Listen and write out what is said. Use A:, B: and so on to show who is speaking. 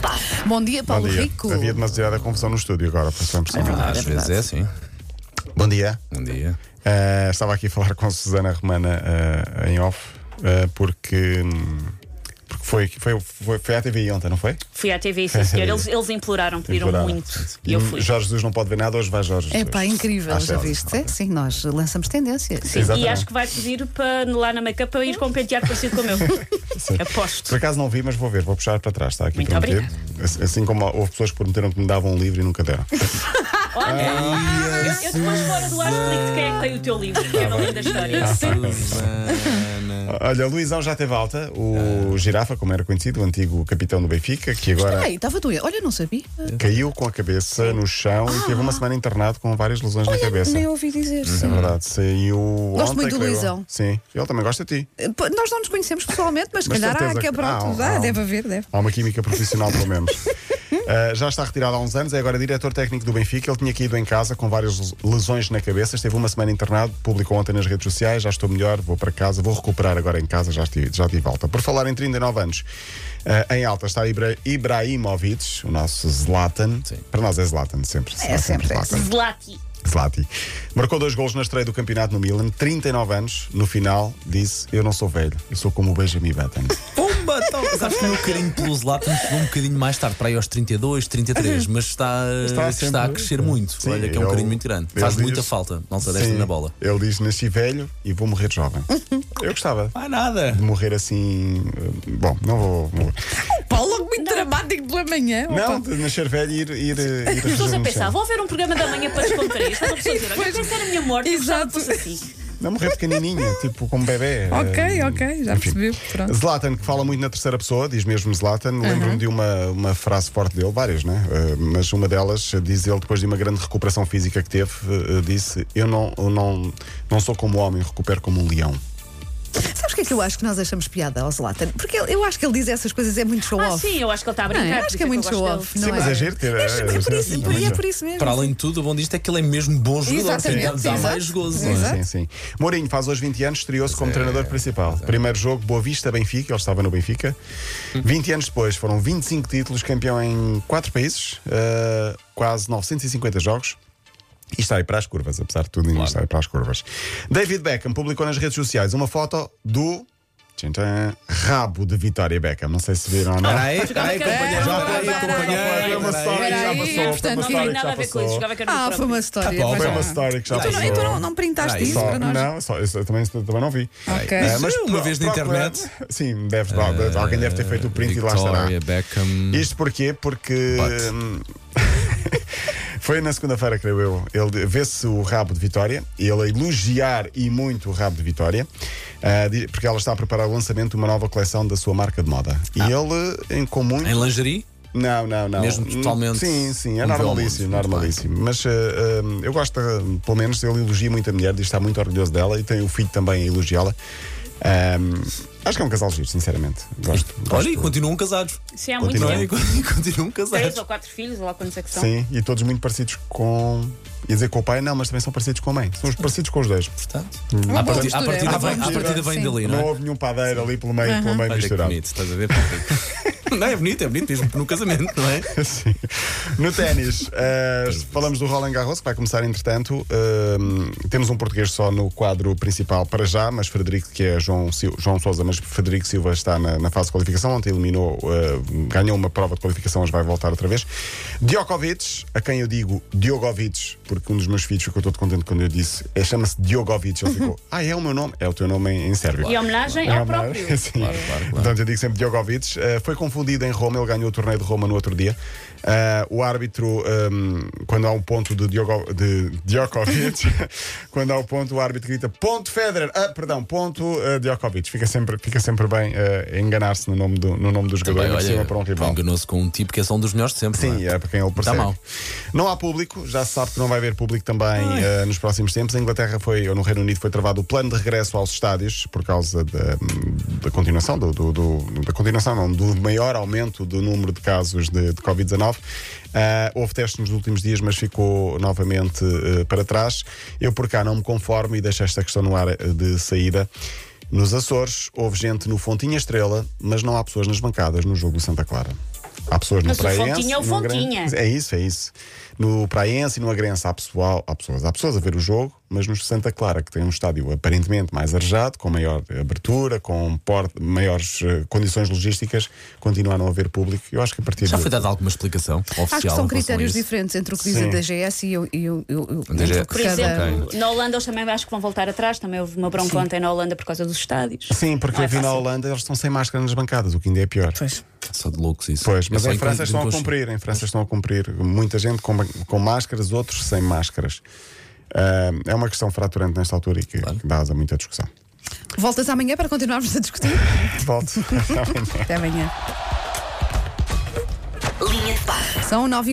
A: passa.
B: Bom dia, Paulo
C: Bom dia.
B: Rico.
C: Havia demasiada confusão no estúdio agora, passamos
B: É verdade.
C: por
B: Ah,
D: Às
B: é
D: vezes
B: verdade.
D: é assim.
C: Bom um dia.
D: Bom dia.
C: Ah, estava aqui a falar com a Susana Romana ah, em off, ah, porque, hum, porque foi, foi, foi, foi à TV ontem, não foi?
A: Fui à TV, sim, senhor. Eles, eles imploraram, pediram
C: Imploraram.
A: muito. E
C: E
A: eu fui.
C: Jorge Jesus não pode ver nada, hoje vai Jorge
B: É
C: Jesus.
B: pá, incrível,
C: Às
B: já
C: sete.
B: viste? É, sim, nós lançamos tendências.
A: Sim, e
C: Exatamente.
A: acho que vai pedir para, lá na make-up para ir com um penteado parecido com o meu. Aposto.
C: Por acaso não vi, mas vou ver, vou puxar para trás, está aqui
A: Muito
C: prometido. Assim- Assim como houve pessoas que prometeram que me davam um livro e nunca deram.
A: Olha, eu, eu depois fora do ar explico-te quem é que tem o teu livro,
B: Tá
A: que é uma linda
B: Ah,
A: história.
D: Ah. Susana.
C: Olha, o Luizão já teve alta, o Girafa, como era conhecido, o antigo capitão do Benfica, que agora.
B: Ah. Ai, estava doente. Olha, não sabia.
C: Caiu com a cabeça no chão e teve uma semana internado com várias lesões na cabeça.
B: Ah! Nem ouvi dizer.
C: É verdade, saiu.
B: Gosto
C: ontem,
B: muito do
C: creio eu.
B: Luizão.
C: Sim, ele também gosta de ti.
B: Pô, Nós não nos conhecemos pessoalmente, mas se
C: Mas
B: calhar há
C: certeza
B: que
C: que-
B: pronto.
C: Ah,
B: Ah,
C: ah,
B: deve haver, deve.
C: Há uma química profissional, pelo menos. Uh, já está retirado há uns anos, é agora diretor técnico do Benfica. Ele tinha caído em casa com várias lesões na cabeça, esteve uma semana internado, publicou ontem nas redes sociais: já estou melhor, vou para casa, vou recuperar agora em casa, já estive, já estive alta. Por falar em 39 anos, uh, em alta está Ibra Ibrahimovic, o nosso Zlatan.
D: Sim.
C: Para nós é Zlatan, sempre. será
B: sempre, é.
C: Zlatan.
A: Zlati.
C: Zlati. Marcou dois gols na estreia do campeonato no Milan, 39 anos. No final, disse: Eu não sou velho, eu sou como o Benjamin Button.
D: Pumba! Então, sabes que o meu carinho pelo Zlatan chegou um bocadinho mais tarde, para aí aos 32, 33, mas está,
C: Está
D: está,
C: sempre-
D: a crescer muito.
C: Sim,
D: Olha, que é um
C: ele-
D: carinho muito grande.
C: ele
D: Faz
C: diz-
D: muita falta, malta desta
C: Sim.
D: na bola.
C: Ele diz: Nasci velho e vou morrer jovem. Eu gostava
D: Ah, nada.
C: de morrer assim. eh, Bom, não vou. não vou.
B: Paulo, logo muito dramático pela manhã.
C: Não, de nascer velho e ir. ir, ir
A: As pessoas a pensar, vou ver um programa da manhã para descontrair. Estás a pessoa a dizer, olha, eu pensei na minha morte, eu gostava que fosse
B: Exato.
A: assim.
C: Não morrer pequenininho, tipo como bebê.
B: Ok,
C: eh,
B: ok, já
C: enfim.
B: percebi. Pronto.
C: Zlatan, que fala muito na terceira pessoa, diz mesmo Zlatan. Lembro-me de uma, uma frase forte dele, várias, né? Eh, mas uma delas, eh, diz ele, depois de uma grande recuperação física que teve, eh, eh, disse: Eu não, eu não, não sou como homem, recupero como um leão.
B: Sabes o que é que eu acho que nós achamos piada ao Zlatan? Porque ele- eu acho que ele diz essas coisas, é muito show
A: Ah,
B: off.
A: sim, eu acho que ele está a
B: Não é?
A: brincar. por
B: Acho
A: isso
B: que é muito
A: eu gosto
B: show
A: dele.
B: off.
C: Sim,
B: não
C: mas é
B: é
C: giro ter.
B: É, é por isso, e é por isso mesmo.
D: Para além de tudo, o bom disto é que ele é mesmo bom jogador.
B: Exatamente,
D: Portanto, Dá
B: exato.
D: mais gozo, não é?
B: Exato.
C: Sim, sim. Mourinho faz hoje 20 anos, estreou-se como treinador principal. Primeiro jogo, Boa Vista, Benfica, ele estava no Benfica. 20 anos depois, foram 25 títulos, campeão em 4 países, eh, quase 950 jogos. E está aí para as curvas, apesar de tudo, ainda está aí para as curvas. David Beckham publicou nas redes sociais uma foto do. tchantã, Rabo de Vitória Beckham. Não sei se viram ou não.
D: Espera aí, espera aí,
A: Jogava
D: companheiro,
A: caramba,
D: espera aí,
A: jogava
D: companheiro,
C: caramba,
D: espera aí.
C: sorry.
B: Espera
C: já
B: aí, portanto,
C: passou,
A: Não
C: Uma
A: tem
C: história que já
A: nada a ver com
C: passou.
A: isso, jogava que era
B: Ah,
A: no
B: foi uma
A: próprio.
B: história.
D: Ah, pá,
B: vai
C: Foi
B: lá.
C: uma história que
B: Tu
C: já
B: não-
C: passou.
B: então não, não printaste
D: Espera aí,
B: isso
C: Só-
B: para nós?
C: não, só, eu também, eu também não vi.
B: Ok.
C: Eh,
D: Mas uma vez na
C: procura-
D: internet. Ah,
C: Sim, deve, alguém deve ter feito o print e lá estará. Hum.
D: Victoria Beckham.
C: Isto porquê? Porque.
D: But.
C: hum, Foi na segunda-feira, creio eu. Ele vê-se o rabo de Vitória, ele a elogiar e muito o rabo de Vitória, ah, di- porque ela está a preparar o lançamento de uma nova coleção da sua marca de moda.
D: Ah.
C: E ele, em, com muito.
D: Em lingerie?
C: Não, não, não. Hum,
D: Mesmo totalmente
C: Sim, sim, é
D: um
C: normalíssimo,
D: velmundo, muito
C: normalíssimo. Mas eh, eh, eu gosto, eh, pelo menos, ele elogia muito a mulher, diz que está muito orgulhoso dela e tem o filho também a elogiá-la. Ahm, acho que é um casal giro, sinceramente. Gosto.
D: Olha,
C: gosto.
D: e continuam casados.
A: Sim, há muito
C: Continua.
D: Não é?
A: tempo.
D: E continuam
A: Três
D: casados.
A: ou quatro filhos, ou lá quantos é que são.
C: Sim, e todos muito parecidos com. Ia dizer com o pai, não, mas também são parecidos com a mãe. São os parecidos com os dois.
D: Portanto,
B: Uma
D: à
B: boa
D: partida, à
B: mistura, é
D: partida
B: uma boa
D: vem, à partida
B: mistura,
D: vem
B: sim.
D: dali, não
C: Não
D: é?
C: houve nenhum padeiro ali pelo meio, pelo meio
D: Olha que
C: misturado.
D: bonito, estás a ver? Patrick? não é bonito, é bonito mesmo no casamento, não é?
C: Sim. No ténis, eh, falamos do Roland Garros, que vai começar entretanto. Eh, temos um português só no quadro principal para já, mas Frederico, que é João, Sil- João Souza, mas Frederico Silva está na, na fase de qualificação. Ontem eliminou, eh, ganhou uma prova de qualificação, mas vai voltar outra vez. Djokovic, a quem eu digo Diogovic, porque um dos meus filhos ficou todo contente quando eu disse, é, chama-se Diogovic. Ele ficou, ah, é o meu nome? É o teu nome em, em sérvio.
A: E homenagem
C: É
A: ao
C: uma-
A: próprio.
C: Sim. Portanto, eu digo sempre Djokovic. Eh, foi confundido em Roma, ele ganhou o torneio de Roma no outro dia. Eh, o árbitro, ehm, quando há um ponto de, Diogo- de Djokovic, quando há o ponto, o árbitro grita ponto Federer, ah, perdão, ponto eh, Djokovic. Fica sempre, fica sempre bem eh, enganar-se no nome do, no nome do jogador, ainda por cima para um rival.
D: enganou-se com um tipo que é só um dos melhores de sempre.
C: Sim,
D: não
C: é para quem ele percebe.
D: mal.
C: Não há público, já se sabe que não vai haver público também eh, nos próximos tempos. A Inglaterra foi, ou no Reino Unido, foi travado o plano de regresso aos estádios por causa da, da continuação, do, do- do- da continuação, não, do maior aumento do número de casos de, de Covid-19. Ah, houve testes nos últimos dias, mas ficou novamente eh, para trás. Eu por cá não me conformo e deixo esta questão no ar eh, de saída. Nos Açores, houve gente no Fontinha Estrela, mas não há pessoas nas bancadas no jogo do Santa Clara. Há pessoas no
A: Mas o
C: Praense.
A: Fontinha é o
C: e no Agrense.
A: Fontinha.
C: É isso, é isso. No Praense e no Agrense há, pessoal, há pessoas. Há pessoas a ver o jogo, mas no Santa Clara, que tem um estádio aparentemente mais arejado, com maior abertura, com por- maiores eh, condições logísticas, continua a não haver público. Eu acho que a partir
D: Já
C: do-
D: foi dada alguma explicação oficial?
B: Acho que
D: em relação
B: são
D: a
B: critérios
D: isso?
B: diferentes entre o que diz a
C: Sim.
B: DGS e o. E o, e o- e o-
D: DGS.
B: entre o que
A: Por
B: cada-
A: exemplo, na Holanda eles também acho que vão voltar atrás, também houve uma bronca ontem na Holanda por causa dos estádios.
C: Sim, porque
A: Não é
C: aqui na
A: fácil.
C: Holanda eles estão sem máscara nas bancadas, o que ainda é pior.
B: Pois.
D: Só de loucos isso.
C: Pois, mas
D: É só
C: em França
D: encontro
C: estão a
D: de
C: cumprir, em França estão a cumprir. Muita gente com, com máscaras, outros sem máscaras. Ah, é uma questão fraturante nesta altura e que, que dá asa a muita discussão.
B: Voltas amanhã para continuarmos a discutir?
C: Volto.
B: Até amanhã.
E: Linha de passe.
B: São nove